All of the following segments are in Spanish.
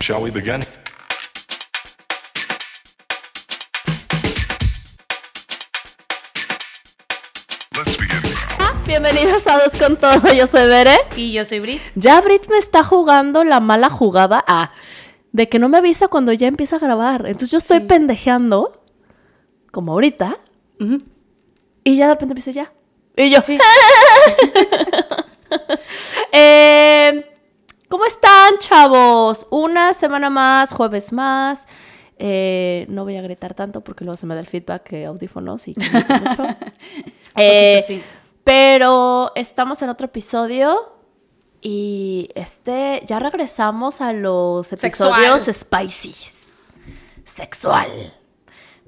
Shall we begin? Let's begin. Bienvenidos a Dos con Todo, yo soy Bere. Y yo soy Brit. Ya Brit me está jugando la mala jugada ah, de que no me avisa cuando ya empieza a grabar. Entonces yo estoy Sí. pendejeando, como ahorita, y ya de repente me dice ya. Y yo, Sí. eh, ¿cómo están, chavos? Una semana más, jueves más. Eh, no voy a gritar tanto porque luego se me da el feedback de audífonos y que grito mucho. Eh, Poquito, sí. Pero estamos en otro episodio y este ya regresamos a los episodios spicy. Sexual.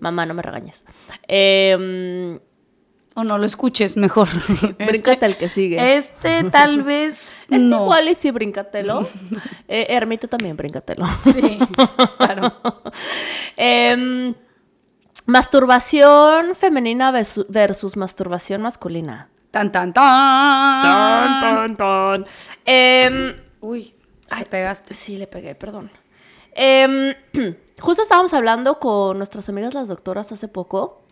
Mamá, no me regañes. Eh, O no lo escuches mejor. bríncate al que sigue. Este tal vez este no. igual y sí, bríncatelo. Eh, Hermito también, bríncatelo. Sí, claro. Em, masturbación femenina versus, versus masturbación masculina. Tan, tan, tan. Tan, tan, tan. Em, Uy, Ay. te pegaste. Sí, le pegué, perdón. Em, justo estábamos hablando con nuestras amigas las doctoras hace poco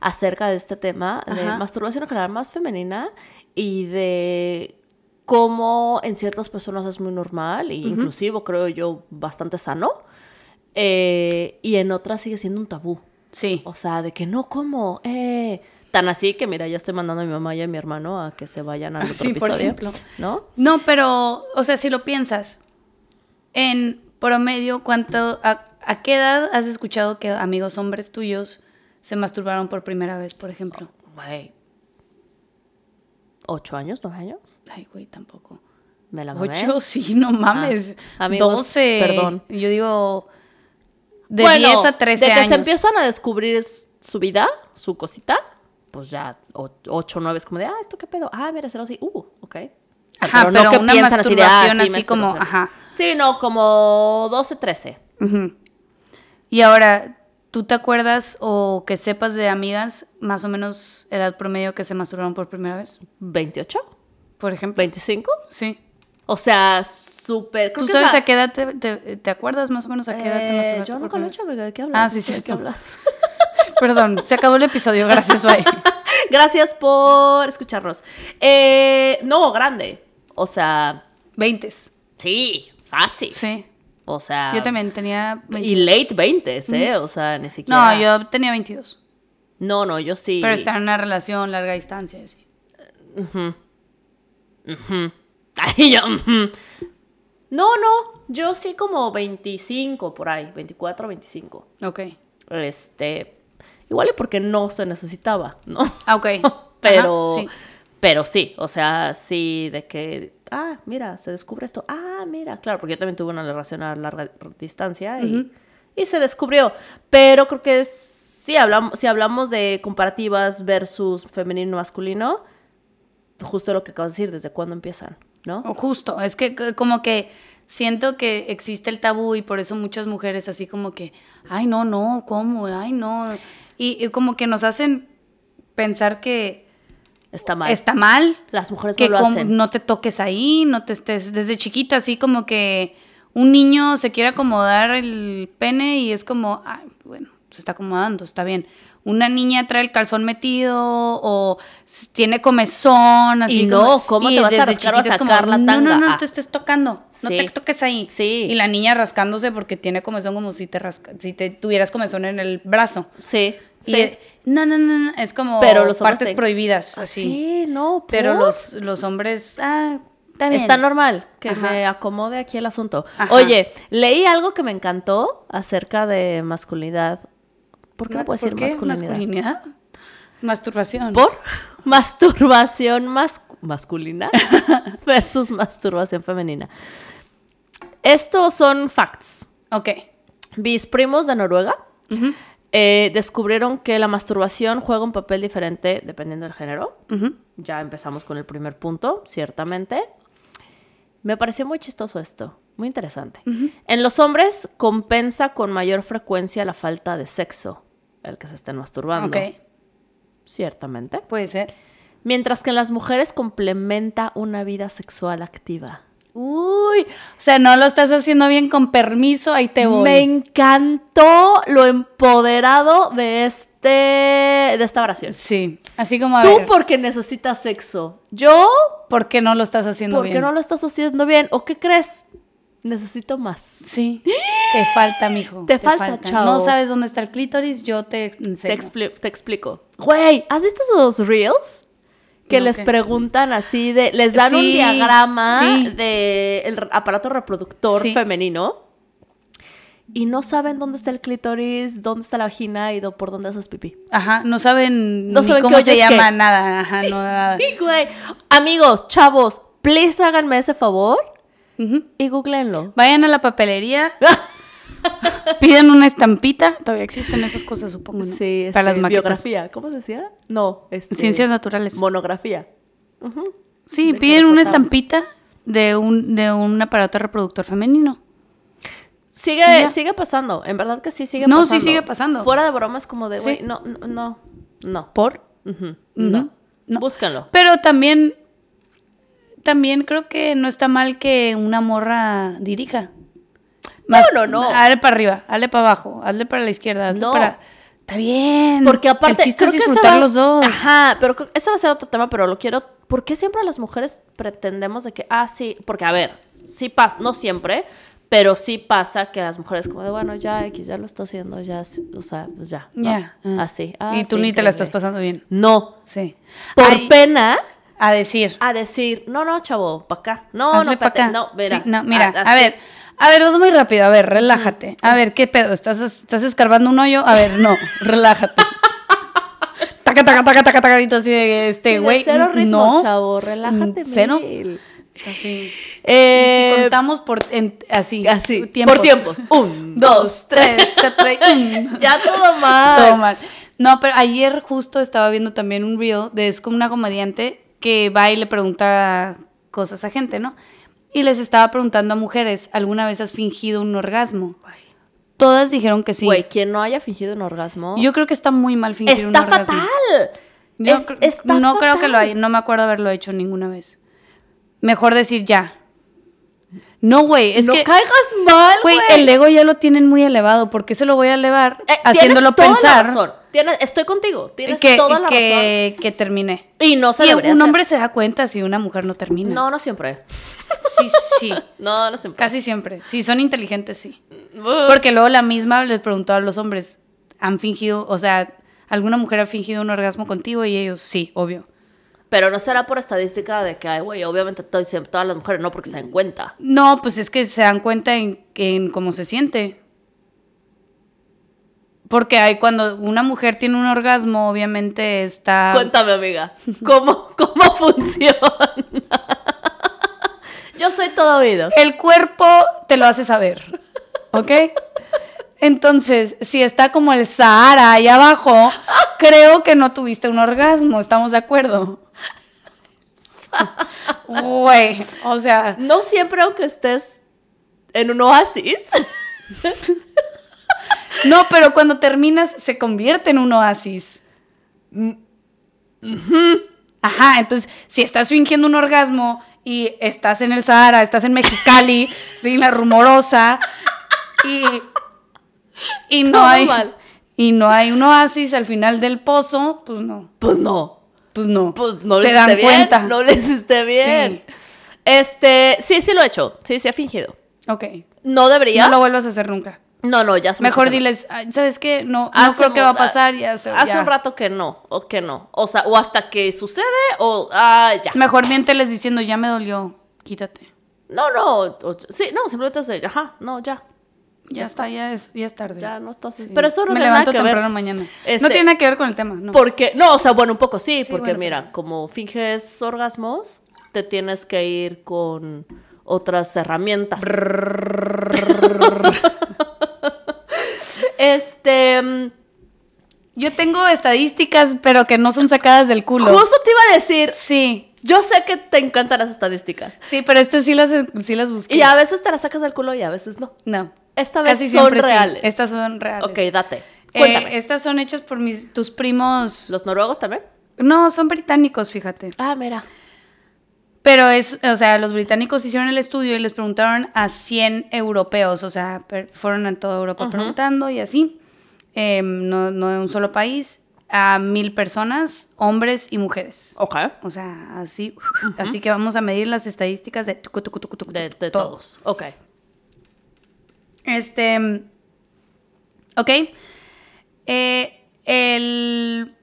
acerca de este tema de Ajá. masturbación en general más femenina y de cómo en ciertas personas es muy normal e inclusivo, creo yo, bastante sano. eh, y en otras sigue siendo un tabú. Sí. O sea, de que no, ¿cómo? Eh, Tan así que, mira, ya estoy mandando a mi mamá y a mi hermano a que se vayan al Ah, otro sí, por episodio. ejemplo. ¿No? No, pero, o sea, si lo piensas, en promedio, ¿cuánto, a, a qué edad has escuchado que amigos hombres tuyos se masturbaron por primera vez, por ejemplo? Güey. ¿Ocho años? ¿Nueve años? Ay, güey, tampoco. Me la mamé. Ocho, sí, no mames. Ah, amigos, 12. perdón. Yo digo de Bueno, 10 a 13 de que años. se empiezan a descubrir es- su vida, su cosita, pues ya o- ocho, nueve es como de, ah, ¿esto qué pedo? Ah, mira, será así. Uh, ok. O sea, Ajá, pero, que una piensan de, ah, masturbación sí, así, como, masturbación. ajá. Sí, no, como 12, 13. ujú. Y ahora, ¿tú te acuerdas o que sepas de amigas más o menos edad promedio que se masturbaron por primera vez? ¿28? Por ejemplo. ¿25? Sí. O sea, súper. creo ¿Tú que es sabes la- a qué edad te, te- te acuerdas más o menos a qué edad te Eh, masturbaste? Yo por nunca lo he primera hecho, amiga, ¿de qué hablas? Ah, sí, ¿De qué cierto. hablas? vez? Perdón, se acabó el episodio, gracias, bye. Gracias por escucharnos. Eh, no, grande. O sea, Veintes. sí, fácil. Sí. O sea. Yo también tenía Ah. Y 20. late 20, ¿eh? O sea, ni siquiera. No, yo tenía 22. No, no, yo sí. Pero estar en una relación larga distancia, y así. Ujú. Ay, yo, ujú. No, no, yo sí como 25 por ahí, 24, 25. Ok. Este. Igual y porque no se necesitaba, ¿no? Ah, ok. pero Ajá, sí. pero sí, o sea, sí de que ah, mira, se descubre esto. Ah, mira, claro, porque yo también tuve una relación a larga distancia y, Ujú. y se descubrió, pero creo que sí hablamos si hablamos de comparativas versus femenino masculino, justo lo que acabas de decir, desde cuándo empiezan, ¿no? O Justo, es que c- como que siento que existe el tabú y por eso muchas mujeres así como que, ay no, no, ¿cómo? Ay no. Y, y como que nos hacen pensar que Está mal. está mal, Las mujeres que no lo com- hacen. no te toques ahí, no te estés desde chiquito, así como que un niño se quiere acomodar el pene y es como, "Ay, bueno, se está acomodando, está bien. Una niña trae el calzón metido o s- tiene comezón, así Y como- no, ¿cómo te vas a desde rascar o a chiquita es como, sacar la No, tanga? no, no, Ah. te estés tocando, no Sí. te toques ahí. Sí. Y la niña rascándose porque tiene comezón como si te rasca- si te tuvieras comezón en el brazo. Sí, Y sí. eh, no, no, no, no, es como Pero los hombres partes te- prohibidas, Ah, así. sí, no, Pero ¿por? los, los hombres, ah, está bien. Está normal que Ajá. me acomode aquí el asunto. Ajá. Oye, leí algo que me encantó acerca de masculinidad. ¿Por qué no, puedo decir ¿Por qué? masculinidad? masculinidad? Masturbación. Por masturbación mas- masculina versus masturbación femenina. Estos son facts. Ok. Mis primos de Noruega Ujú, eh, descubrieron que la masturbación juega un papel diferente dependiendo del género. ujú. Ya empezamos con el primer punto, ciertamente. Me pareció muy chistoso esto, muy interesante. Ujú. En los hombres compensa con mayor frecuencia la falta de sexo, el que se estén masturbando, Ok, ciertamente. puede ser. Mientras que en las mujeres complementa una vida sexual activa. Uy, o sea, no lo estás haciendo bien con permiso, ahí te voy. Me encantó lo empoderado de este de esta oración. Sí, así como a Tú ver, porque necesitas sexo. Yo ¿por qué no lo estás haciendo porque bien? no lo estás haciendo bien. ¿O qué crees? Necesito más. Sí, te falta, mijo. Te falta, chavo. No sabes dónde está el clítoris, yo te enseño. Te, expli- te explico. Güey, ¿has visto esos reels? Que No, les ¿qué? preguntan así de. Les dan un Sí, diagrama sí. del aparato reproductor Sí. femenino. Y no saben dónde está el clítoris, dónde está la vagina y do- por dónde haces pipí. Ajá, no saben No ni saben cómo qué se oyes, llama, qué. nada, ajá, no nada. Y, güey, amigos, chavos, please háganme ese favor Ujú. y googleenlo. Vayan a la papelería, piden una estampita, todavía existen esas cosas, supongo, ¿no? Sí, Para las este, maquetas. biografía, ¿cómo se decía? No, este, Ciencias naturales. Monografía. Ujú. Sí, de piden una reportajes. estampita de un, de un aparato reproductor femenino. Sigue, Y ya. sigue pasando, en verdad que sí sigue No, sí pasando. sigue pasando. Fuera de bromas como de, güey, Sí. no, no, no, no. ¿Por? Ujú, Ujú, no. no. Búscalo. Pero también, también creo que no está mal que una morra dirija. no, no. Hazle para arriba, hazle para abajo, hazle para la izquierda, hazle No. para... Está bien. Porque aparte, El chiste creo es que ese disfrutar va- los dos. Ajá, pero creo- ese va a ser otro tema, pero lo quiero. ¿Por qué siempre las mujeres pretendemos de que, ah, sí? Porque, a ver, sí pasa, no siempre, pero sí pasa que las mujeres, como de, bueno, ya X, ya lo está haciendo, ya, sí, o sea, pues ya. ¿no? Ya. ah. Así. ah, y tú sí, ni te increíble. la estás pasando bien. No. Sí. Por Ay, pena a decir. a decir, no, no, chavo, para acá. No, hazle no, pa' espérate, acá. no, mira. Sí, no, mira, Ah, a así. ver. A ver, vamos muy rápido. A ver, relájate. A ver, ¿qué pedo? ¿Estás, estás escarbando un hoyo? A ver, no, relájate. Taca, taca, taca, taca, taca, y tú así de Sí, este, de güey. Cero ritmo, no, mm, chavo, relájate, Cero. mil. Así. Eh, si contamos por en- así. Así, por tiempos. Un, dos, Dos, tres. tres, cuatro, y- ya todo mal. Todo mal. No, pero ayer justo estaba viendo también un reel de es como una comediante que va y le pregunta cosas a gente, ¿no? Y les estaba preguntando a mujeres, ¿alguna vez has fingido un orgasmo? Todas dijeron que sí. Güey, quien no haya fingido un orgasmo. Yo creo que está muy mal fingir un está orgasmo. fatal. Yo Es- cre- está no creo que lo fatal. haya, no me acuerdo haberlo hecho ninguna vez. Mejor decir ya. No, güey, es no que caigas mal, güey, güey. el ego ya lo tienen muy elevado, ¿por qué se lo voy a elevar Eh, haciéndolo tienes toda la pensar? razón. Tienes- estoy contigo. Tienes que, toda la que, que terminé. razón. Y no se Y debería un hacer. hombre se da cuenta si una mujer no termina. No, no siempre. Sí, sí. No, no siempre. Casi siempre. Si son inteligentes, sí. Uh, Porque luego la misma les preguntó a los hombres, ¿han fingido, o sea, alguna mujer ha fingido un orgasmo contigo? Y ellos, sí, obvio. Pero no será por estadística de que, ay, güey, obviamente todo- siempre- todas las mujeres no porque se den Mm. cuenta. No, pues es que se dan cuenta en, en cómo se siente. Porque hay cuando una mujer tiene un orgasmo, obviamente está... Cuéntame, amiga, ¿cómo, cómo funciona? Yo soy todo oídos. El cuerpo te lo hace saber, ¿ok? Entonces, si está como el Sahara ahí abajo, creo que no tuviste un orgasmo, ¿estamos de acuerdo? Güey, o sea, No siempre, aunque estés en un oasis. no, pero cuando terminas se convierte en un oasis. Mm. Ajá, entonces, si estás fingiendo un orgasmo y estás en el Sahara, estás en Mexicali, sí, en la rumorosa, y, y no Todo hay... mal. Y no hay un oasis al final del pozo, pues no, Pues no. pues no. Pues no lo Se hiciste dan bien, cuenta. No lo hiciste bien. Este, sí, sí lo he hecho. Sí, sí ha fingido. Ok. No debería. No lo vuelvas a hacer nunca. No, no, ya hace mucho Mejor que no. diles, "Ay, ¿sabes qué? No, no Hace creo que va a mu- pasar. Ya, se- Hace ya". un rato que no, o que no. O sea, o hasta que sucede, o ah, ya. Mejor miénteles diciendo, ya me dolió, quítate. No, no. o- sí, no, simplemente es de, ajá, no, ya. Ya está, ya es, ya es tarde. Ya no estás. Sí. Pero eso no me tiene levanto nada que ver. temprano mañana. Este- No tiene nada que ver con el tema, no. Porque, no, o sea, bueno, un poco sí, porque bueno, mira, como finges orgasmos, te tienes que ir con otras herramientas. este, mm, Yo tengo estadísticas, pero que no son sacadas del culo. justo te iba a decir, Sí, yo sé que te encantan las estadísticas. sí, pero este sí las, sí las busqué. Y a veces te las sacas del culo y a veces no. No. Esta vez Casi son siempre sí. reales. Estas son reales. Ok, date. Eh, Cuéntame. estas son hechas por mis, tus primos. ¿Los noruegos también? No, son británicos, fíjate. Ah, mira. Pero es, o sea, los británicos hicieron el estudio y les preguntaron a 100 europeos, o sea, per- fueron a toda Europa Ajá. preguntando y así, em, no, no de un solo país, a mil personas, hombres y mujeres. Ok. O sea, así, así que vamos a medir las estadísticas de, tucu, tucu, tucu, tucu, De, tucu, de todo. todos. Ok. Este, mm, ok, Eh, el,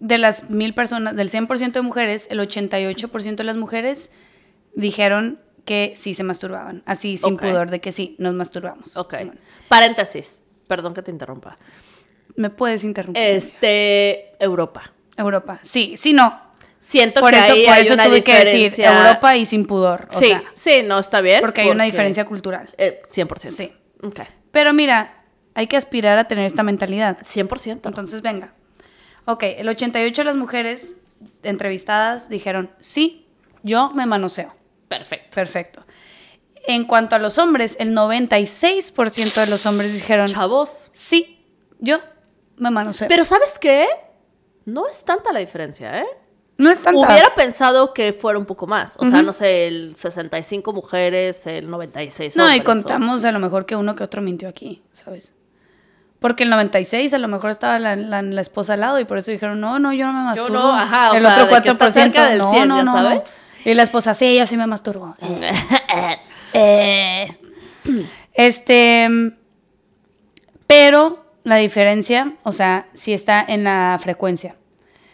de las mil personas, del 100% de mujeres, el 88% de las mujeres dijeron que sí se masturbaban, así sin Ok. pudor de que sí, nos masturbamos. Ok. Simón. Paréntesis. Perdón que te interrumpa. Me puedes interrumpir. Este, Europa. Europa, sí, sí, no. Siento Por que eso, ahí por hay eso una tuve que decir diferencia- Europa y sin pudor. O sí, sea, sí, no, está bien. porque hay una diferencia cultural. eh, 100%. Sí. Ok. Pero mira, hay que aspirar a tener esta mentalidad. 100%. Entonces, venga. Ok, el 88 de las mujeres entrevistadas dijeron, sí, yo me manoseo. Perfecto. Perfecto. En cuanto a los hombres, el 96% de los hombres dijeron, Chavos. sí, yo me manoseo. Pero ¿sabes qué? No es tanta la diferencia, ¿eh? no es tanta. Hubiera pensado que fuera un poco más. O sea, Ujú. no sé, el 65 mujeres, el 96 no, y hombres, o- contamos a lo mejor que uno que otro mintió aquí, ¿sabes? Porque el 96 a lo mejor estaba la, la- la esposa al lado y por eso dijeron, no, no, yo no me Yo masturbo. no, ajá, o el sea, otro de que está 4% cerca del no, 100, no, ya no, no. sabes. Y la esposa, sí, ella sí me masturbo. Ah, Eh. Este, pero la diferencia, o sea, sí está en la frecuencia.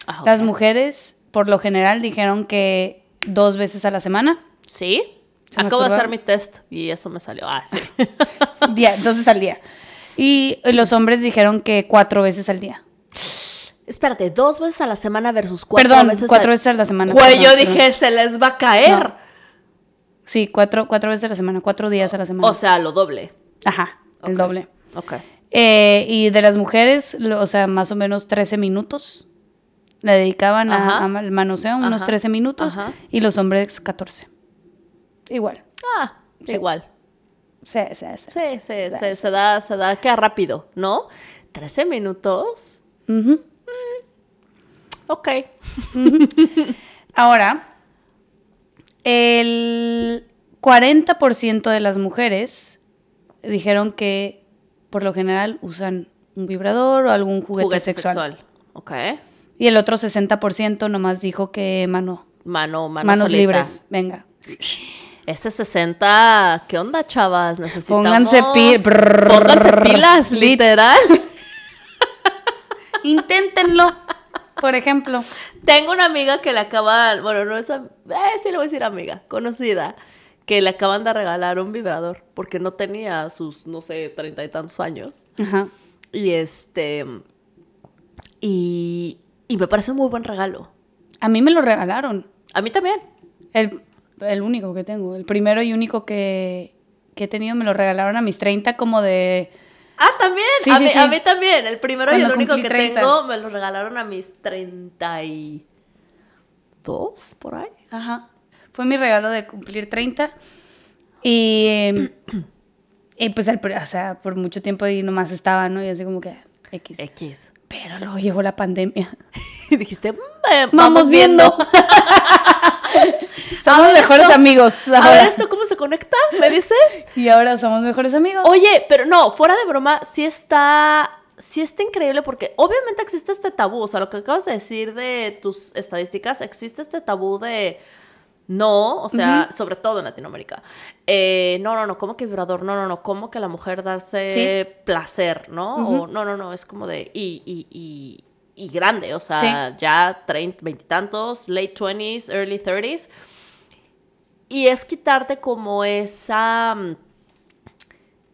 Ah, ok. Las mujeres, por lo general, dijeron que dos veces a la semana, Sí. Se Acabo de masturbaron. hacer mi test y eso me salió. Ah, sí. día- dos veces al día. Y los hombres dijeron que cuatro veces al día. Espérate, dos veces a la semana versus cuatro perdón, veces cuatro al- veces a la semana. Güey, perdón, yo perdón. dije, se les va a caer. Sí, cuatro, cuatro veces a la semana, cuatro días a la semana. O sea, lo doble. Ajá, el Ok. doble. Ok. Eh, y de las mujeres, lo- o sea, más o menos 13 minutos. Le dedicaban a- Ajá. a- al manoseo unos Ajá. 13 minutos Ajá. y los hombres 14. Igual. Ah, Sí. igual. Sí, sí, sí. Sí, sí, se- se, da, se da, queda rápido, ¿no? 13 minutos. Ujú. Ok. Ahora, el 40% de las mujeres dijeron que por lo general usan un vibrador o algún juguete, sexual. Ok. Y el otro 60% nomás dijo que mano, Mano, mano manos solita. libres. Venga. Ese 60, ¿qué onda, chavas? Necesitamos... Pónganse pi- brrr. Pónganse pilas, literal. Inténtenlo, por ejemplo. Tengo una amiga que le acaban... Bueno, no es... am- Eh, sí le voy a decir amiga, conocida. Que le acaban de regalar un vibrador. Porque no tenía sus, no sé, treinta y tantos años. Ajá. Y este... Y... Y me parece un muy buen regalo. A mí me lo regalaron. A mí también. El, el único que tengo. El primero y único que, que he tenido me lo regalaron a mis 30 como de... Ah, también. Sí, a, sí, mí, sí. a mí también. El primero y Cuando el único cumplí que 30. tengo me lo regalaron a mis 32 por ahí. Ajá. Fue mi regalo de cumplir 30. Y, y pues, el pr- o sea, por mucho tiempo ahí nomás estaba, ¿no? Y así como que X. X. Pero luego llegó la pandemia. Y dijiste, "Mm, eh, Vamos, viendo. somos ver mejores esto. amigos. A ahora. ver esto cómo se conecta, ¿me dices? Y ahora somos mejores amigos. Oye, pero no, fuera de broma, sí está, sí está increíble porque obviamente existe este tabú, o sea, lo que acabas de decir de tus estadísticas, existe este tabú de no, o sea, Ujú. sobre todo en Latinoamérica. Eh, no, no, no, ¿cómo que vibrador? No, no, no, ¿cómo que la mujer darse placer, no? O Ujú. no, no, no, es como de, y, y, y, y grande, o sea, Sí. ya treinta, veintitantos, late 20s, early 30s. Y es quitarte como esa... mm,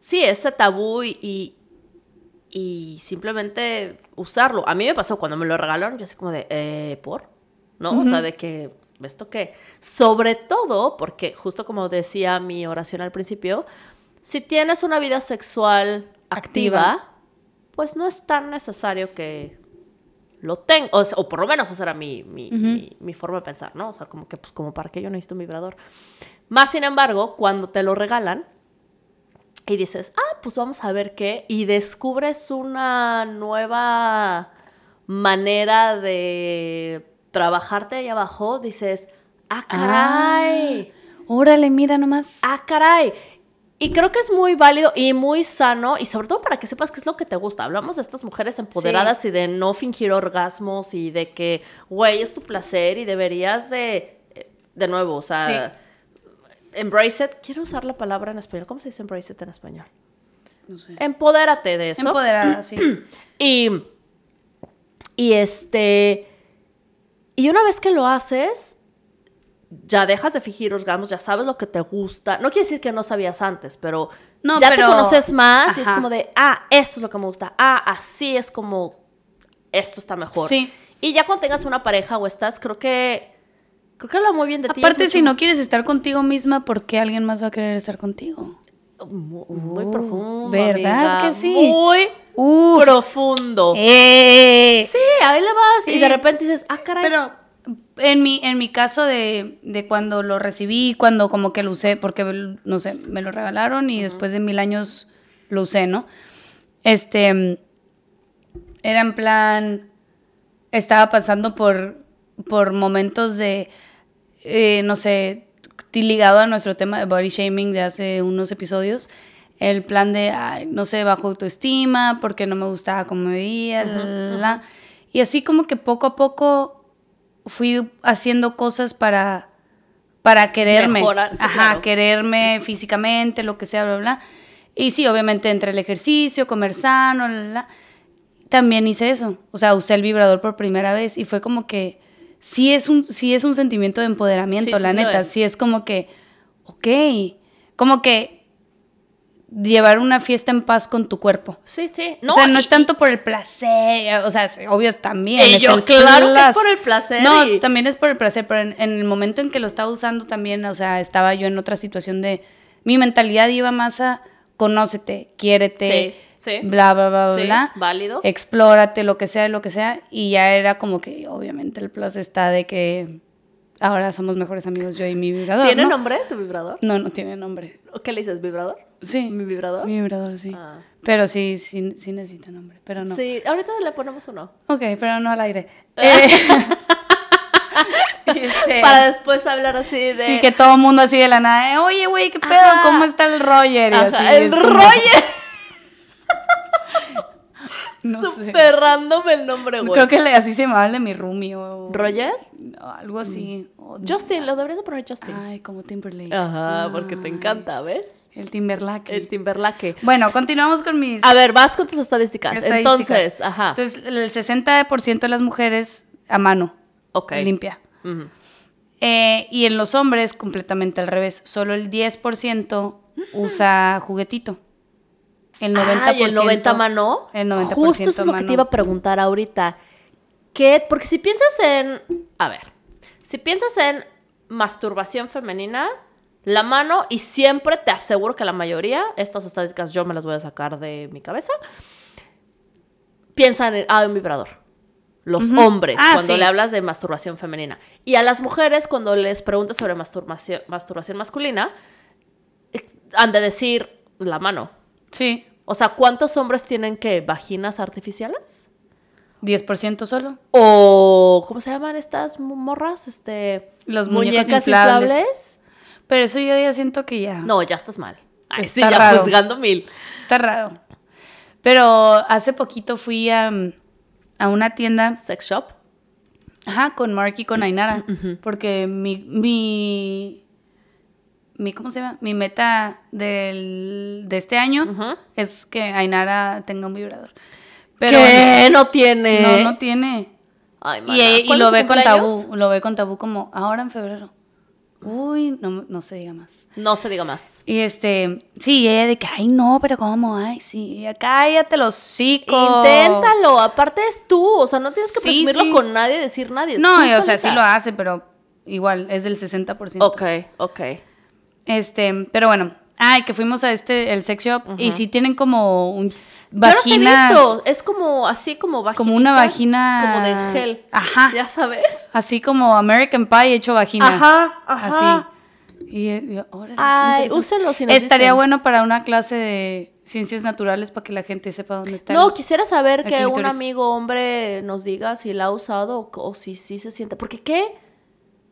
Sí, ese tabú y, y, y simplemente usarlo. A mí me pasó cuando me lo regalaron, yo así como de, eh, ¿por? ¿No? O sea, Ujú. de que, ¿esto qué? Sobre todo porque, justo como decía mi oración al principio, si tienes una vida sexual activa, Activa. pues no es tan necesario que lo tenga, o, o por lo menos esa era mi, mi, Ujú. mi- mi forma de pensar, ¿no? O sea, como que, pues como para qué yo necesito un vibrador. Más sin embargo, cuando te lo regalan y dices, ah, pues vamos a ver qué, y descubres una nueva manera de trabajarte ahí abajo, dices, ¡Ah, caray! Ah, Órale, mira nomás. ¡Ah, caray! Y creo que es muy válido y muy sano, y sobre todo para que sepas qué es lo que te gusta. Hablamos de estas mujeres empoderadas y de no fingir orgasmos y de que, güey, es tu placer y deberías de, de nuevo, o sea, embrace it. Quiero usar la palabra en español. ¿Cómo se dice embrace it en español? No sé. Empodérate de eso. Empoderada, sí. Y, y este. Y una vez que lo haces, ya dejas de fingir orgasmos, ya sabes lo que te gusta. No quiere decir que no sabías antes, pero No, ya pero- te conoces más y es Ajá. como de, ah, esto es lo que me gusta. Ah, así es como esto está mejor. Sí. Y ya cuando tengas una pareja o estás, creo que. Creo que habla muy bien de ti. Aparte, es si mucho- no quieres estar contigo misma, ¿por qué alguien más va a querer estar contigo? Mu- Muy Uh, profundo. ¿verdad amiga, que sí? Muy Uf. profundo. ¡Eh! Sí, ahí le vas. Sí. Y de repente dices, ah, caray. Pero en mi, en mi caso de, de cuando lo recibí, cuando como que lo usé, porque no sé, me lo regalaron y después de mil años lo usé, ¿no? Este mm, era en plan. Estaba pasando por, por momentos de. eh, no sé. ti- ligado a nuestro tema de body shaming de hace unos episodios. El plan de, ay, no sé, bajo autoestima, porque no me gustaba cómo me veía, la, la, la. Y así como que poco a poco fui haciendo cosas para, para quererme. Mejorar, sí, Ajá, claro. quererme físicamente, lo que sea, bla, bla. Y sí, obviamente entre el ejercicio, comer sano, la, la, la. También hice eso. O sea, usé el vibrador por primera vez y fue como que sí es un, sí es un sentimiento de empoderamiento, Sí, sí, la sí lo neta. es. Sí es como que, ok, como que llevar una fiesta en paz con tu cuerpo. Sí, sí. o sea, no y- es tanto por el placer, o sea, es- obvio también. Y es yo, el claro que es plas- por el placer No, y- también es por el placer, pero en, en el momento en que lo estaba usando también, o sea, estaba yo en otra situación de, mi mentalidad iba más a, conócete, quiérete, Sí, sí. bla, bla, bla, Sí, bla. válido. Explórate, lo que sea, lo que sea, y ya era como que, obviamente, el plus está de que ahora somos mejores amigos yo y mi vibrador, ¿Tiene ¿no? nombre tu vibrador? No, no tiene nombre. ¿Qué le dices, vibrador? Sí. ¿Mi vibrador? Mi vibrador, sí. Ah. Pero sí, sí, sí necesita nombre, pero no. Sí, ahorita le ponemos uno. Ok, pero no al aire. Eh, este, Para después hablar así de... Sí, que todo el mundo así de la nada. eh, Oye, güey, ¿qué pedo? Ajá. ¿Cómo está el Roger? Y Ajá, así, el es como- Roger, No sé. super random el nombre, güey. Creo que le- así se llamaba el de mi roomie o... ¿Roger? o Algo así. O- Justin, lo deberías de poner Justin. Ay, como Timberlake. Ajá, porque te Ay, encanta, ¿ves? El Timberlake. El Timberlake. Bueno, continuamos con mis... A ver, vas con tus estadísticas. estadísticas. Entonces, ajá. Entonces, el 60% de las mujeres a mano, ok. limpia. Ujú. Eh, y en los hombres, completamente al revés. Solo el 10% usa juguetito. El 90%. Ah, y el 90 mano. El 90% Justo eso es lo que mano. te iba a preguntar ahorita. ¿Qué? Porque si piensas en. A ver. Si piensas en masturbación femenina, la mano, y siempre te aseguro que la mayoría, estas estadísticas yo me las voy a sacar de mi cabeza, piensan en. Ah, un vibrador. Los Ujú. hombres, Ah, cuando sí. le hablas de masturbación femenina. Y a las mujeres, cuando les preguntas sobre masturbación, masturbación masculina, eh, han de decir la mano. Sí, O sea, ¿cuántos hombres tienen que vaginas artificiales? 10% solo. O ¿cómo se llaman estas mu- morras? Este Los muñecos inflables. Pero eso yo ya siento que ya. No, ya estás mal. Ay, sí, Está ya raro. juzgando mil. Está raro. Pero hace poquito fui a, mm, a una tienda. Sex shop. Ajá, con Mark y con Ainara. Porque mi, mi. mi- ¿Cómo se llama? Mi meta del, de este año Ujú. es que Ainara tenga un vibrador. Pero Pero ¿Qué? No tiene. no, no tiene. Ay, Y, mana, ella- y ¿cuándo lo es ve su con cumpleaños? tabú. Lo ve con tabú como ahora en febrero. Uy, no, no se diga más. No se diga más. Y este, sí, y ella de que, ay, no, pero ¿cómo? Ay, sí, ya cállate los hocico. Inténtalo, aparte es tú, o sea, no tienes que Sí, presumirlo sí. con nadie, decir nadie. es No, tú o sea, solita. sí lo hace, pero igual, es del 60%. Ok, ok. Este, pero bueno. Ay, que fuimos a este, el sex shop, y sí tienen como un Yo no vaginas, he visto, es como así como vagina. Como una vagina- Como de gel. Ajá. Ya sabes. así como American Pie hecho vagina. Ajá, ajá. Así. Y, eh, y, órale, qué Ay, interesante. úsenlo si nos Estaría dicen. bueno para una clase de ciencias naturales para que la gente sepa dónde está. No, el- quisiera saber el que un clítoris. amigo hombre nos diga si la ha usado o, o si sí se siente. Porque qué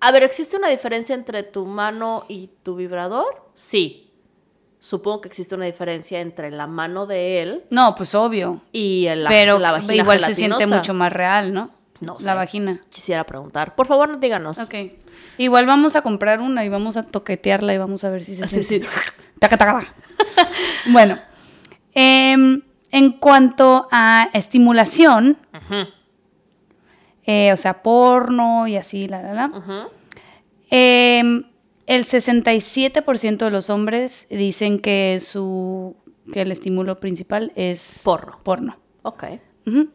A ver, ¿existe una diferencia entre tu mano y tu vibrador? Sí. Supongo que existe una diferencia entre la mano de él No, pues obvio. y el- la, pero la vagina igual se gelatinosa. siente mucho más real, ¿no? No sé. La vagina. Quisiera preguntar. Por favor, díganos. Ok. Igual vamos a comprar una y vamos a toquetearla y vamos a ver si se Sí, siente. sí. Taca, taca, taca. bueno. em, en cuanto a estimulación, Ujú, eh, o sea, porno y así, la, la, la. ujú. Em, el 67% de los hombres dicen que su que el estímulo principal es Porno. porno. Ok. Ujú.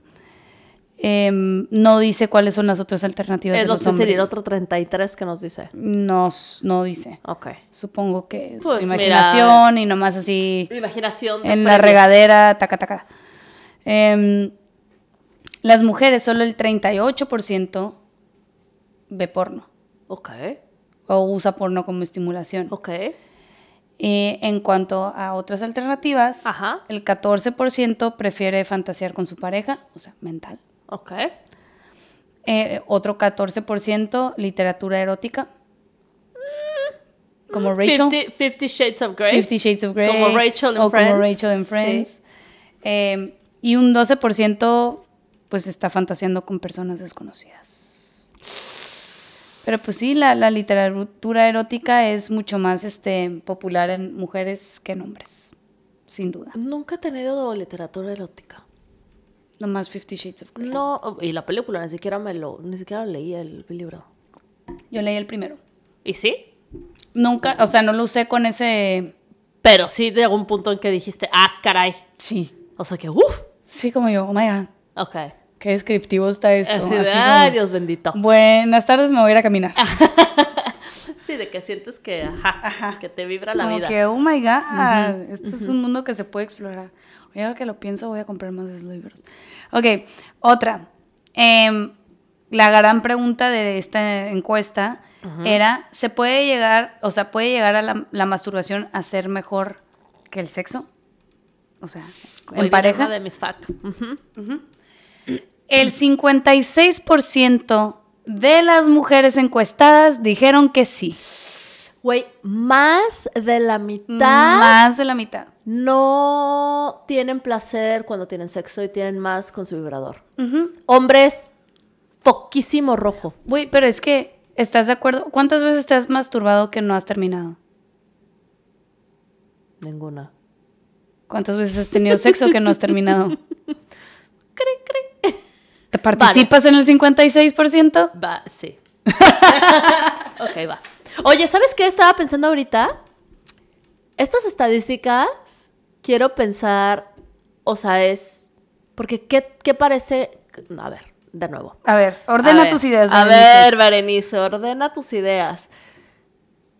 Em, no dice cuáles son las otras alternativas Es de lo los que sería hombres. el otro 33 que nos dice. No, s- no dice. Ok. Supongo que es Pues, su imaginación y nomás así Imaginación. de en la previos. regadera, taca, taca. Em, las mujeres, solo el 38% ve porno Ok. o usa porno como estimulación. Ok. Eh, en cuanto a otras alternativas, Ajá. el 14% prefiere fantasear con su pareja, o sea, mental. Ok. Eh, otro 14% literatura erótica, como Rachel. 50, Mm, Fifty Shades of Grey. Fifty Shades of Grey. Como Rachel en o Friends. Como Rachel en Sí. Friends. Eh, y un 12% pues está fantaseando con personas desconocidas. Pero pues sí, la, la literatura erótica es mucho más este, popular en mujeres que en hombres, sin duda. Nunca he tenido literatura erótica. Nomás Fifty Shades of Grey. No, y la película, ni siquiera me lo, ni siquiera leí el libro. Yo leí el primero. ¿Y sí? Nunca, o sea, no lo usé con ese... Pero sí llegó un punto en que dijiste, ah, caray. Sí. O sea que, uff. Sí, como yo, oh my God, Ok. qué descriptivo está esto. Así así de, ay, como, Mm. Dios bendito. Buenas tardes, me voy a ir a caminar. Sí, de que sientes que, ajá, que te vibra la como vida. que, oh my god, esto es un mundo que se puede explorar. Oye, ahora que lo pienso, voy a comprar más de esos libros. Ok, otra. Em, la gran pregunta de esta encuesta era, ¿se puede llegar, o sea, puede llegar a la, la masturbación a ser mejor que el sexo? O sea, Muy en bien, pareja. una de mis fac. Ujú. El 56% de las mujeres encuestadas dijeron que sí. Güey, más de la mitad Más de la mitad. no tienen placer cuando tienen sexo y tienen más con su vibrador. Ujú. Hombres, foquísimo rojo. Güey, pero es que, ¿estás de acuerdo? ¿Cuántas veces te has masturbado que no has terminado? Ninguna. ¿Cuántas veces has tenido sexo que no has terminado? ¿Te participas en el 56%? Va, sí. ok, va. Oye, ¿sabes qué estaba pensando ahorita? Estas estadísticas, quiero pensar, o sea, es, porque ¿qué, qué parece? A ver, de nuevo. A ver, ordena A ver, tus ideas. A Berenice. ver, Berenice, ordena tus ideas.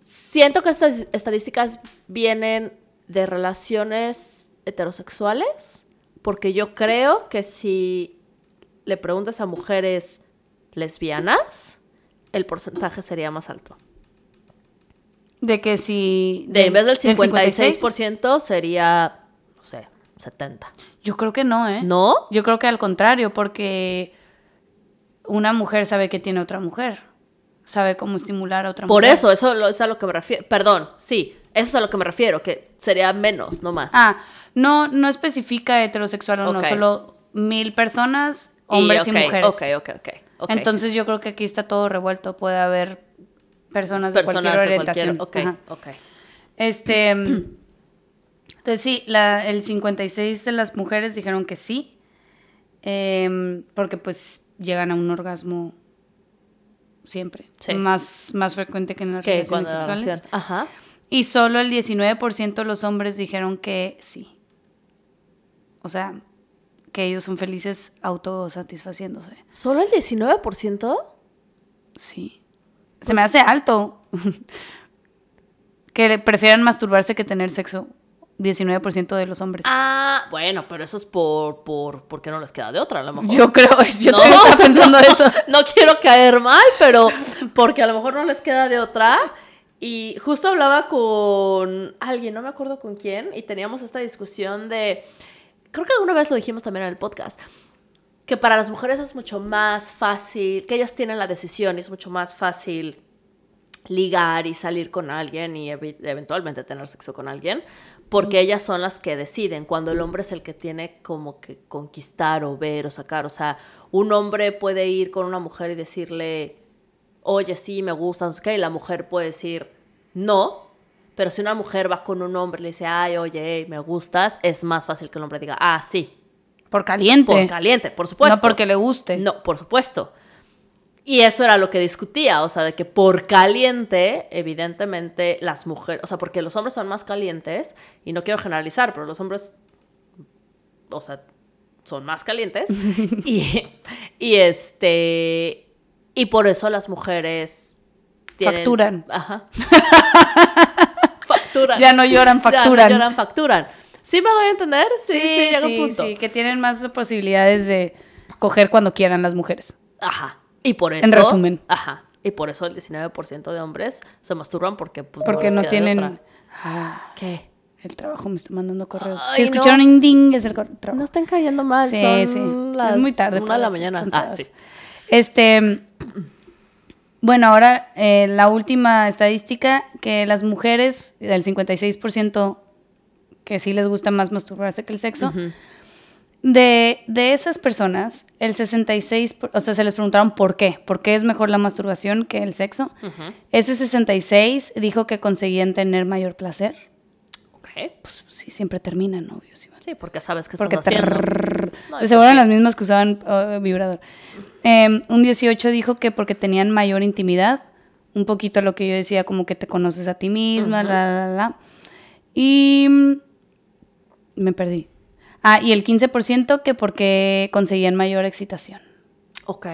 Siento que estas estadísticas vienen de relaciones heterosexuales, porque yo creo que si le preguntas a mujeres lesbianas, el porcentaje sería más alto. De que si... De, en vez del 56? 56% sería, no sé, 70. Yo creo que no, ¿eh? ¿No? Yo creo que al contrario, porque una mujer sabe que tiene otra mujer. Sabe cómo estimular a otra Por mujer. eso, eso lo- es a lo que me refiero. Perdón, sí, eso es a lo que me refiero, que sería menos, no más. Ah, no, no especifica heterosexual o Ok. no, solo mil personas, hombres y, ok, mujeres. Ok, ok, ok. ok. Entonces yo creo que aquí está todo revuelto, puede haber personas de personas cualquier de orientación. cualquier- Ajá. ok, ok. Este, entonces sí, la- el 56 de las mujeres dijeron que sí, em, porque pues llegan a un orgasmo siempre, Sí. más, más frecuente que en las Que relaciones cuando la sexuales. relación- Ajá. Y solo el 19% de los hombres dijeron que sí. O sea, que ellos son felices autosatisfaciéndose. ¿Solo el 19%? Sí. Se Pues me hace alto. que le- prefieran masturbarse que tener sexo. 19% de los hombres. Ah, bueno, pero eso es por, por porque no les queda de otra, a lo mejor. yo creo, yo No, también o estaba sea, pensando no, eso. No quiero caer mal, pero porque a lo mejor no les queda de otra. Y justo hablaba con alguien, no me acuerdo con quién, y teníamos esta discusión de, creo que alguna vez lo dijimos también en el podcast, que para las mujeres es mucho más fácil, que ellas tienen la decisión y es mucho más fácil ligar y salir con alguien y evi- eventualmente tener sexo con alguien, porque ellas son las que deciden, cuando el hombre es el que tiene como que conquistar o ver o sacar, o sea, un hombre puede ir con una mujer y decirle, oye, sí, me gusta, no sé qué, y la mujer puede decir, no, pero si una mujer va con un hombre y le dice, ay, oye, ey, me gustas, es más fácil que el hombre diga, ah, sí, Por caliente. por caliente, por supuesto. No porque le guste. No, por supuesto. Y eso era lo que discutía, o sea, de que por caliente, evidentemente, las mujeres, o sea, porque los hombres son más calientes, y no quiero generalizar, pero los hombres, o sea, son más calientes, y, y este, y por eso las mujeres Facturan. Ajá. facturan. Ya no Ya no lloran, facturan. lloran, facturan. ¿Sí me doy a entender? Sí, sí, llega un punto. sí, que tienen más posibilidades de coger cuando quieran las mujeres. Ajá. Y por eso. En resumen. Ajá. Y por eso el 19% de hombres se masturban porque pues, Porque les no queda de tienen... otra. Ah, ¿Qué? el trabajo me está mandando correos. Ay, si escucharon no. un ding, es el cor- trabajo. No están cayendo mal. sí, son sí. las es muy tarde. Una para de la esas mañana. Ah, tontadas. sí. Este. Bueno, ahora eh, la última estadística: que las mujeres, del 56%, que sí les gusta más masturbarse que el sexo, Ujú. de, de esas personas, el 66%, por- o sea, se les preguntaron por qué, por qué es mejor la masturbación que el sexo. Ujú. Ese 66 dijo que conseguían tener mayor placer. Ok. Pues sí, siempre terminan, ¿no? Obvio, sí, Sí, porque sabes que porque estás haciendo. trrrr. No, De eso seguro sí. las mismas que usaban eh, vibrador. Eh, un 18 dijo que porque tenían mayor intimidad, un poquito lo que yo decía, como que te conoces a ti misma, Ujú. la, la, la. Y mm, me perdí. Ah, y el 15% que porque conseguían mayor excitación. Ok.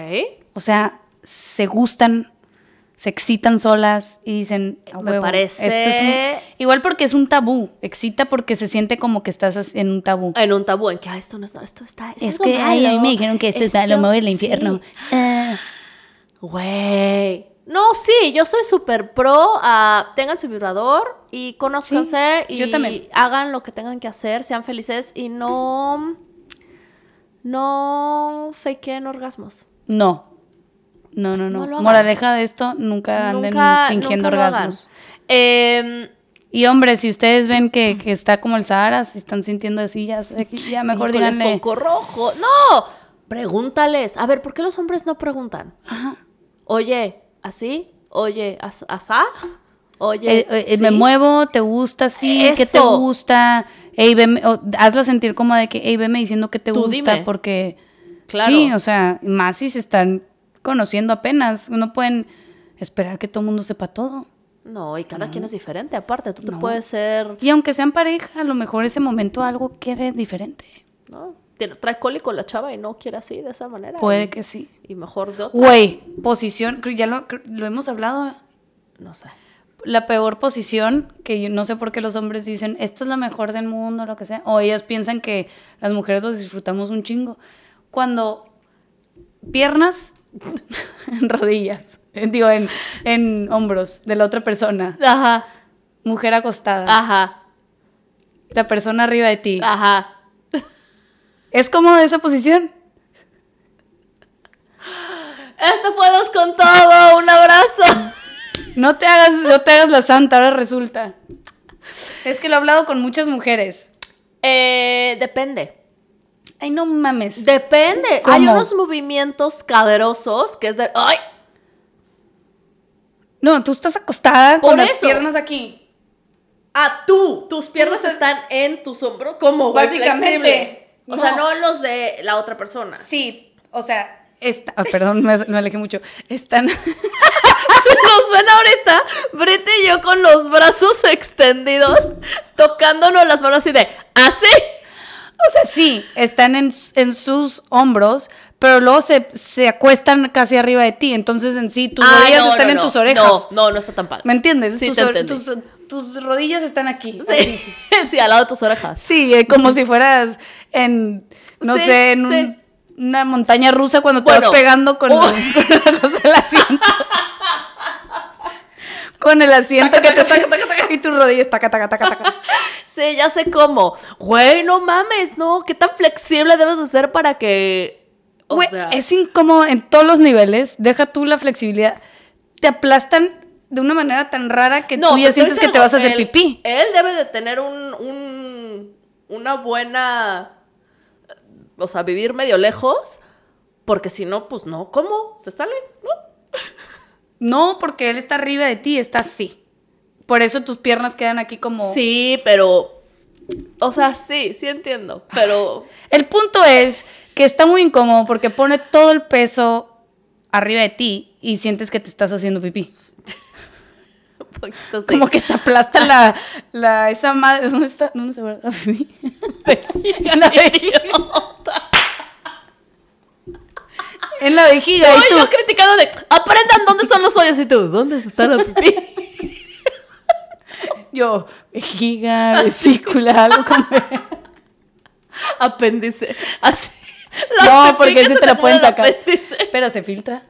O sea, se gustan, se excitan solas y dicen, "A Me huevo, parece- es un-". Igual porque es un tabú, excita porque se siente como que estás as- en un tabú. En un tabú, en que "Ay, esto no está, esto está. Es, Es algo que ay, a mí malo, me dijeron que esto es malo, me voy al infierno. sí". Ah, Güey. No, sí, yo soy súper pro a tengan su vibrador y conózcanse Sí, y yo también. hagan lo que tengan que hacer, sean felices y no. No fakeen orgasmos. no. No, no, No no. lo hagan. Moraleja de esto, nunca anden Nunca, fingiendo nunca lo orgasmos. hagan. Em, Y hombres, si ustedes ven que, que está como el Sahara, si están sintiendo así, ya, sé que- ya mejor híjole, díganle. Foco rojo. ¡No! Pregúntales. A ver, ¿por qué los hombres no preguntan? Ajá. Oye, ¿así? Oye, as- ¿asá? Oye, Eh, eh, ¿sí? Me muevo, te gusta, sí, ¿qué te Eso. gusta? Ey, veme- o hazla sentir como de que, ey, veme diciendo que te Tú gusta, dime. porque. Claro. Sí, o sea, más si se están conociendo apenas. No pueden esperar que todo el mundo sepa todo. No, y cada quien es diferente. Aparte, tú te No. puedes ser. Y aunque sean pareja, a lo mejor ese momento algo quiere diferente. ¿no? Tiene- trae cólico la chava y no quiere así, de esa manera. Puede y, que sí. Y mejor de otra. Güey, posición, creo- ya lo, creo- lo hemos hablado. No sé. La peor posición, que yo no sé por qué los hombres dicen, esto es lo mejor del mundo, lo que sea. O ellas piensan que las mujeres los disfrutamos un chingo. Cuando piernas en rodillas, eh, digo, en, en hombros de la otra persona, Ajá, mujer acostada, ajá, la persona arriba de ti. ajá. ¿Es cómoda esa posición? Esto fue Dos con Todo. Un abrazo. No te hagas, no te hagas la santa, ahora resulta. Es que lo he hablado con muchas mujeres. Eh, depende. Ay, no mames. Depende. Hay ¿Cómo? unos movimientos caderosos que es de. ¡Ay! no, tú estás acostada Por con las eso. piernas aquí. Ah, tú. Tus piernas están en tus hombros. ¿Cómo? güey? Básicamente. Flexible. O sea, No. no los de la otra persona. Sí, o sea, está, ah, perdón, me, me alejé mucho. Están Si nos ven ahorita, Brita y yo con los brazos extendidos, tocándonos las manos así de así. O sea, sí, están en, en sus hombros, pero luego se, se acuestan casi arriba de ti. Entonces, en sí, tus Ah, rodillas no, están no, en no. tus orejas. No, no, no está tan padre. ¿Me entiendes? Sí, tus, te or- entendí. tus, tus rodillas están aquí. así. Sí, sí, al lado de tus orejas. Sí, eh, como si fueras en, no Sí, sé, en un- una montaña rusa cuando te Bueno, vas pegando con, uh. con la cosa del asiento. con el asiento que te y tus rodillas, taca, taca, taca, taca. Sí, ya sé cómo. Güey, no mames, no. ¿Qué tan flexible debes de ser para que. O Güey, sea, es incómodo en todos los niveles. Deja tú la flexibilidad. Te aplastan de una manera tan rara que tú te ya voy sientes que decir te algo, vas a hacer él- pipí. Él debe de tener un, un- una buena, o sea, vivir medio lejos, porque si no, pues no, ¿cómo? ¿Se sale? ¿No? No, porque él está arriba de ti, está así. Por eso tus piernas quedan aquí como... Sí, pero, o sea, sí, sí entiendo, pero El punto es que está muy incómodo porque pone todo el peso arriba de ti y sientes que te estás haciendo pipí. un poquito sí. Como que te aplasta la, la esa madre. ¿Dónde está? ¿Dónde se guarda la pipí? en la vejiga. en la vejiga. Ay, y tú, yo criticando de, aprendan dónde son los hoyos y tú, ¿dónde está la pipí? yo, vejiga, vesícula, algo como. Apéndice, así. No, pipí porque que ese se te la pueden mueve el sacar. apéndice. Pero se filtra.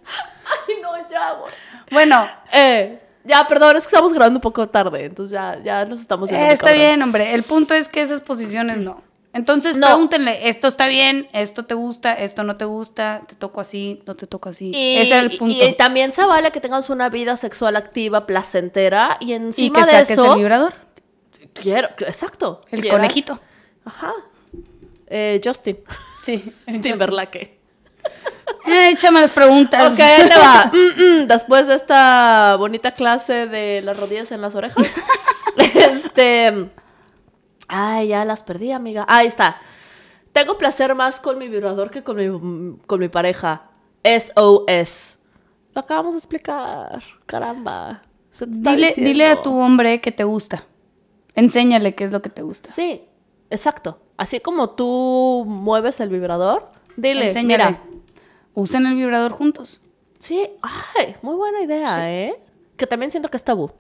Ay, no, ya, güey. Bueno, Eh, ya, perdón, es que estamos grabando un poco tarde, entonces ya, ya nos estamos yendo Eh, muy está cabrón. bien, hombre. El punto es que esas posiciones no. Entonces No. pregúntenle, esto está bien, esto te gusta, esto no te gusta, te toco así, no te toco así. Y, Ese era el punto. y también se vale que tengas una vida sexual activa, placentera, y Y encima que de saques el eso. vibrador, Quiero, exacto. el quieras- conejito. Ajá. Eh, Justin. Sí. Timberlake. Eh, échame las preguntas. Ok, ahí te va. Mm, mm, Después de esta bonita clase de las rodillas en las orejas. este. Ay, ya las perdí, amiga. Ahí está. Tengo placer más con mi vibrador que con mi, con mi pareja. SOS. Lo acabamos de explicar. Caramba. Se te está Dile, diciendo. dile a tu hombre que te gusta. Enséñale qué es lo que te gusta. Sí, exacto. Así como tú mueves el vibrador, dile. Enséñale. Mira. Usen el vibrador juntos. Sí, ay, muy buena idea, ¿eh? Que también siento que es tabú.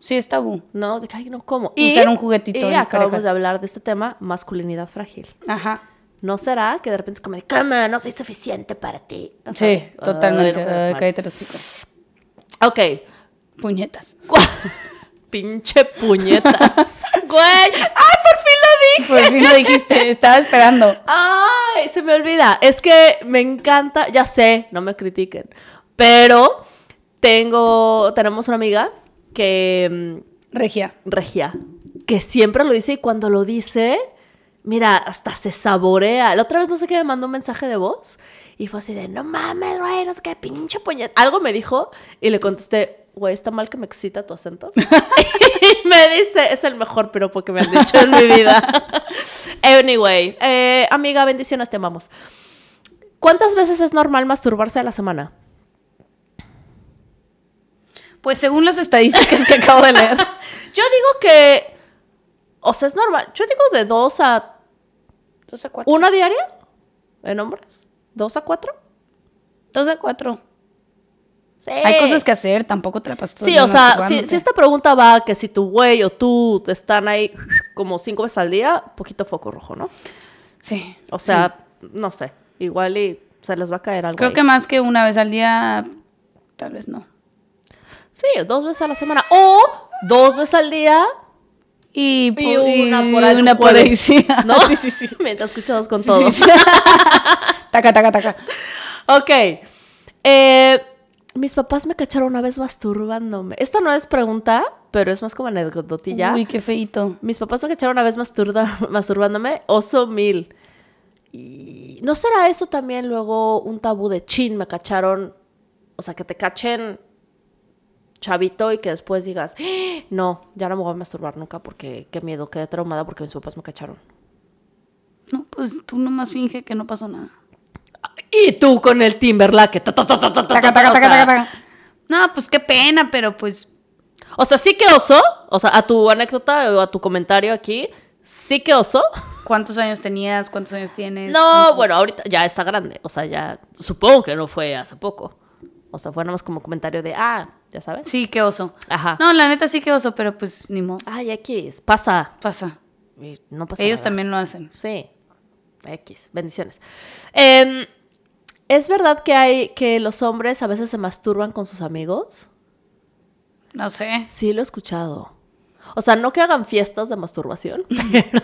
Sí, es tabú. No, de que, ay, no, ¿cómo? Usar un juguetito Y en la acabamos pareja. de hablar de este tema, masculinidad frágil. Ajá. ¿No será que de repente es como de, cama, no soy suficiente para ti? O sea, Sí, ay, totalmente. no, no, Ay, no. cállate los chicos. Ok. Puñetas. Pinche puñetas. Güey. ¡Ay, por fin Pues lo dije! Por fin lo dijiste, estaba esperando. Ay, se me olvida. Es que me encanta, ya sé, no me critiquen, pero tengo, tenemos una amiga que Regia. mm, regia, que siempre lo dice y cuando lo dice, mira, hasta se saborea. La otra vez no sé qué me mandó un mensaje de voz y fue así de, no mames, güey, no sé qué, pinche puñet. Algo me dijo y le contesté, güey, está mal que me excita tu acento. y me dice, es el mejor piropo que me han dicho en mi vida. Anyway, eh, amiga, bendiciones, te amamos. ¿Cuántas veces es normal masturbarse a la semana? Pues según las estadísticas que acabo de leer. Yo digo que, o sea, es normal. Yo digo de dos a Dos a cuatro. una diaria en hombres, dos a cuatro. Dos a cuatro. Sí. Hay cosas que pues, hacer, tampoco te la pasas todo el Eh. Sí, día o sea, si, masturbándote. si esta pregunta va que si tu güey o tú están ahí como cinco veces al día, poquito foco rojo, ¿no? Sí. O sea, no sé, igual y se les va a caer algo. Creo ahí. que más que una vez al día, tal vez no. Sí, dos veces a la semana. O dos veces al día Y, y pu- y una por ahí. un una por ahí, jueves, sí. ¿No? Sí, sí, sí. Mientras escuchados con Sí, todo. sí. taca, taca, taca. Ok. Eh, mis papás me cacharon una vez masturbándome. Esta no es pregunta, pero es más como anecdotilla. Uy, qué feito. Mis papás me cacharon una vez masturda- masturbándome. Oso mil. Y ¿No será eso también luego un tabú de chin? Me cacharon. O sea, que te cachen chavito y que después digas, "Ah, no, ya no me voy a masturbar nunca porque qué miedo, quedé traumada porque mis papás me cacharon. No, pues tú nomás finge que no pasó nada. Y tú con el Timberlake. ta, ta, ta, ta, ta, ta, Taca, ta, taca, o taca, sea, taca, taca. No, pues qué pena, pero pues O sea, sí que oso, o sea, a tu anécdota o a tu comentario aquí, sí que oso. ¿cuántos años tenías? ¿Cuántos años tienes? No, bueno, ahorita ya está grande, o sea, ya supongo que no fue hace poco. O sea, fue nada más como comentario de, ah, ya sabes. Sí, qué oso. Ajá. No, la neta sí que oso, pero pues ni modo. Ay, X, pasa. Pasa. Y No pasa Ellos nada. también lo hacen. Sí. X, bendiciones. Em, ¿Es verdad que hay que los hombres a veces se masturban con sus amigos? No sé. Sí, lo he escuchado. O sea, no que hagan fiestas de masturbación, pero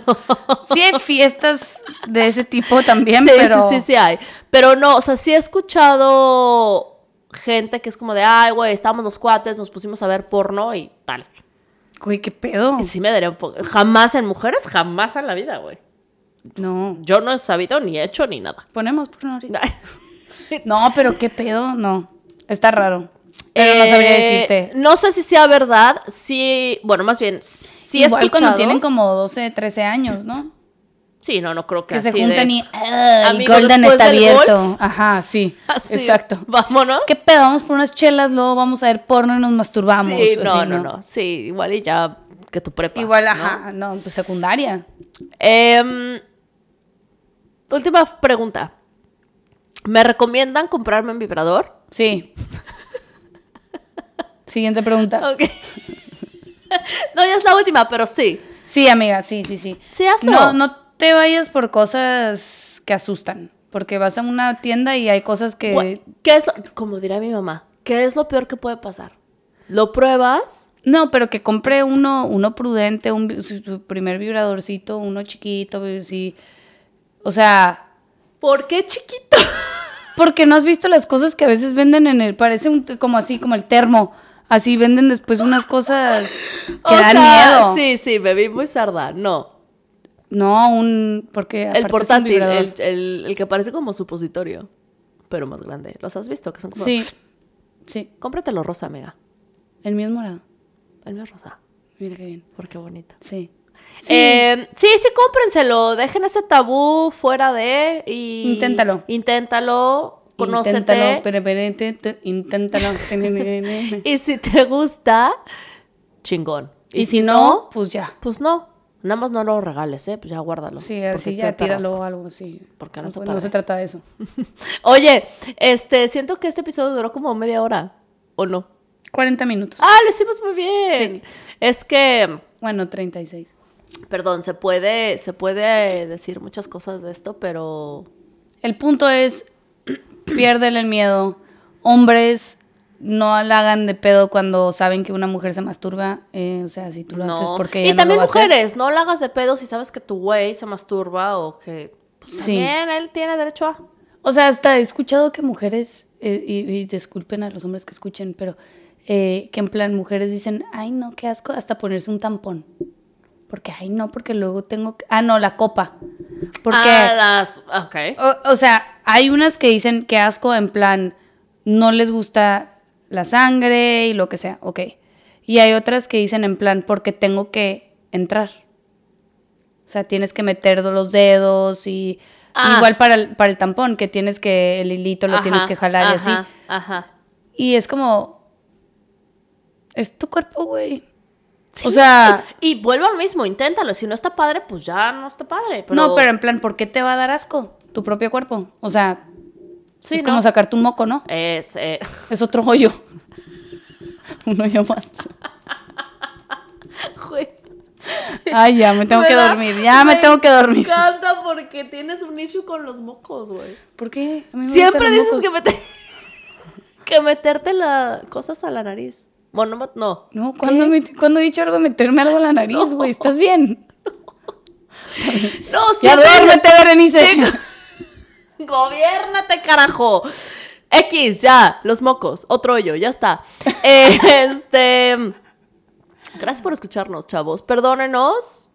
Sí hay fiestas de ese tipo también, sí, pero sí, sí, sí hay. Pero no, o sea, sí he escuchado gente que es como de, ay, güey, estábamos los cuates, nos pusimos a ver porno y tal. Güey, qué pedo. Sí me daría un poco. Jamás en mujeres, jamás en la vida, güey. No. Yo no he sabido ni hecho ni nada. Ponemos por ahorita. No, pero qué pedo, no. Está raro. Pero no Eh, sabría decirte. No sé si sea verdad, sí, bueno, más bien, sí he Igual cuando escuchado- tienen como 12, 13 años, ¿no? Sí, no, no creo que, Que se así juntan de- y. "Ah, el Amigo, Golden después está del abierto. golf. Ajá, sí. Así de, Exacto. Vámonos. ¿Qué pedo? Vamos por unas chelas, luego vamos a ver porno y nos masturbamos. Sí, así, no, no, no, sí, igual y ya que tu prepa. Igual, ¿no? ajá, no, pues secundaria. Em, última pregunta. ¿Me recomiendan comprarme un vibrador? Sí. Siguiente pregunta. Ok. no, ya es la última, pero sí. Sí, amiga, sí, sí, sí. Sí, hazlo. No, no te vayas por cosas que asustan. Porque vas a una tienda y hay cosas que. Gua- ¿Qué es lo- como dirá mi mamá, ¿qué es lo peor que puede pasar? ¿Lo pruebas? No, pero que compre uno, uno prudente, un vi- su, su primer vibradorcito, uno chiquito, vi- sí. O sea, ¿Por qué chiquito? porque no has visto las cosas que a veces venden en el, parece un- como así, como el termo. Así venden después unas cosas que O dan sea, miedo. Sí, sí, me vi muy sarda. No. No, un, porque aparte El es un portátil, vibrador. el, el- el que parece como supositorio, pero más grande. ¿Los has visto? Que son como... Sí, sí, Cómpratelo rosa, amiga. el mío es morado. El mío es rosa. Mira qué bien, Porque bonito. sí. Eh, Sí. Eh, sí, sí, cómprenselo. Dejen ese tabú fuera de y. Inténtalo. Inténtalo. Conócete. Inténtalo, pero, pero, te- te- inténtalo. Y si te gusta, chingón. y si no, pues ya. pues no. Nada más no lo regales, ¿eh? Pues ya guárdalo. Sí, porque así qué ya tarasco. tíralo o algo así. Porque no no, está pues, no se padre. trata de eso. Oye, este, siento que este episodio duró como media hora. ¿O no? 40 minutos. Ah, lo hicimos muy bien. Es que. Bueno, 36. Perdón, se puede, se puede eh, decir muchas cosas de esto, pero El punto es, piérdele el miedo. Hombres, no la hagan de pedo cuando saben que una mujer se masturba. eh, o sea, si tú lo haces no. porque Y ella no también lo va a hacer. mujeres, no la hagas de pedo si sabes que tu güey se masturba o que pues, Sí. también él tiene derecho a. O sea, hasta he escuchado que mujeres, eh, y, y disculpen a los hombres que escuchen, pero eh, que en plan mujeres dicen, ay no, qué asco, hasta ponerse un tampón. Porque, ay no, porque luego tengo que... Ah, no, la copa. Porque... Ah, las, ok. O, o sea, hay unas que dicen que asco en plan, no les gusta la sangre y lo que sea, ok. Y hay otras que dicen en plan, porque tengo que entrar. O sea, tienes que meter do- los dedos y... Ah. Igual para el, para el tampón, que tienes que, el hilito lo Ajá, tienes que jalar ajá, y así. Ajá. Y es como... Es tu cuerpo, güey. O sea... y vuelvo al mismo, inténtalo. Si no está padre, pues ya no está padre. Pero... No, pero en plan, ¿por qué te va a dar asco tu propio cuerpo? O sea, sí, es ¿no? como sacarte un moco, ¿no? Es, eh, Es otro hoyo. Un hoyo más. güey, Ay, ya me tengo que da- dormir. Ya me tengo que dormir. Me encanta porque tienes un issue con los mocos, güey. ¿Por qué? A mí me Siempre gustan los dices mocos. que, mete- que meterte las cosas a la nariz. Bueno, no, no. No, ¿cuándo, me- cuándo he dicho algo? de Meterme algo a la nariz, güey. ¿Estás bien? No, Ya siempre duérmete, Berenice. dices, Gobiérnate, carajo. X, ya, los mocos, otro hoyo, ya está. Eh, este. Gracias por escucharnos, chavos. Perdónenos.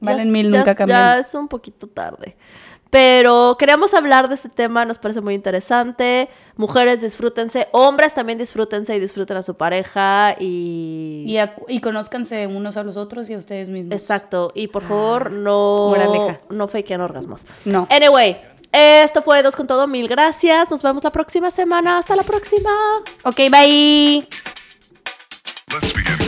Ya Valen es- mil, ya nunca es- cambian. Ya es un poquito tarde. Pero queríamos hablar de este tema, nos parece muy interesante. Mujeres, disfrútense. Hombres también disfrútense y disfruten a su pareja. Y. Y, acu- y conózcanse unos a los otros y a ustedes mismos. Exacto. Y por favor, no. Ah, moraleja. No fakean orgasmos. No. Anyway, esto fue Dos con Todo. Mil gracias. Nos vemos la próxima semana. Hasta la próxima. Ok, bye. Let's begin.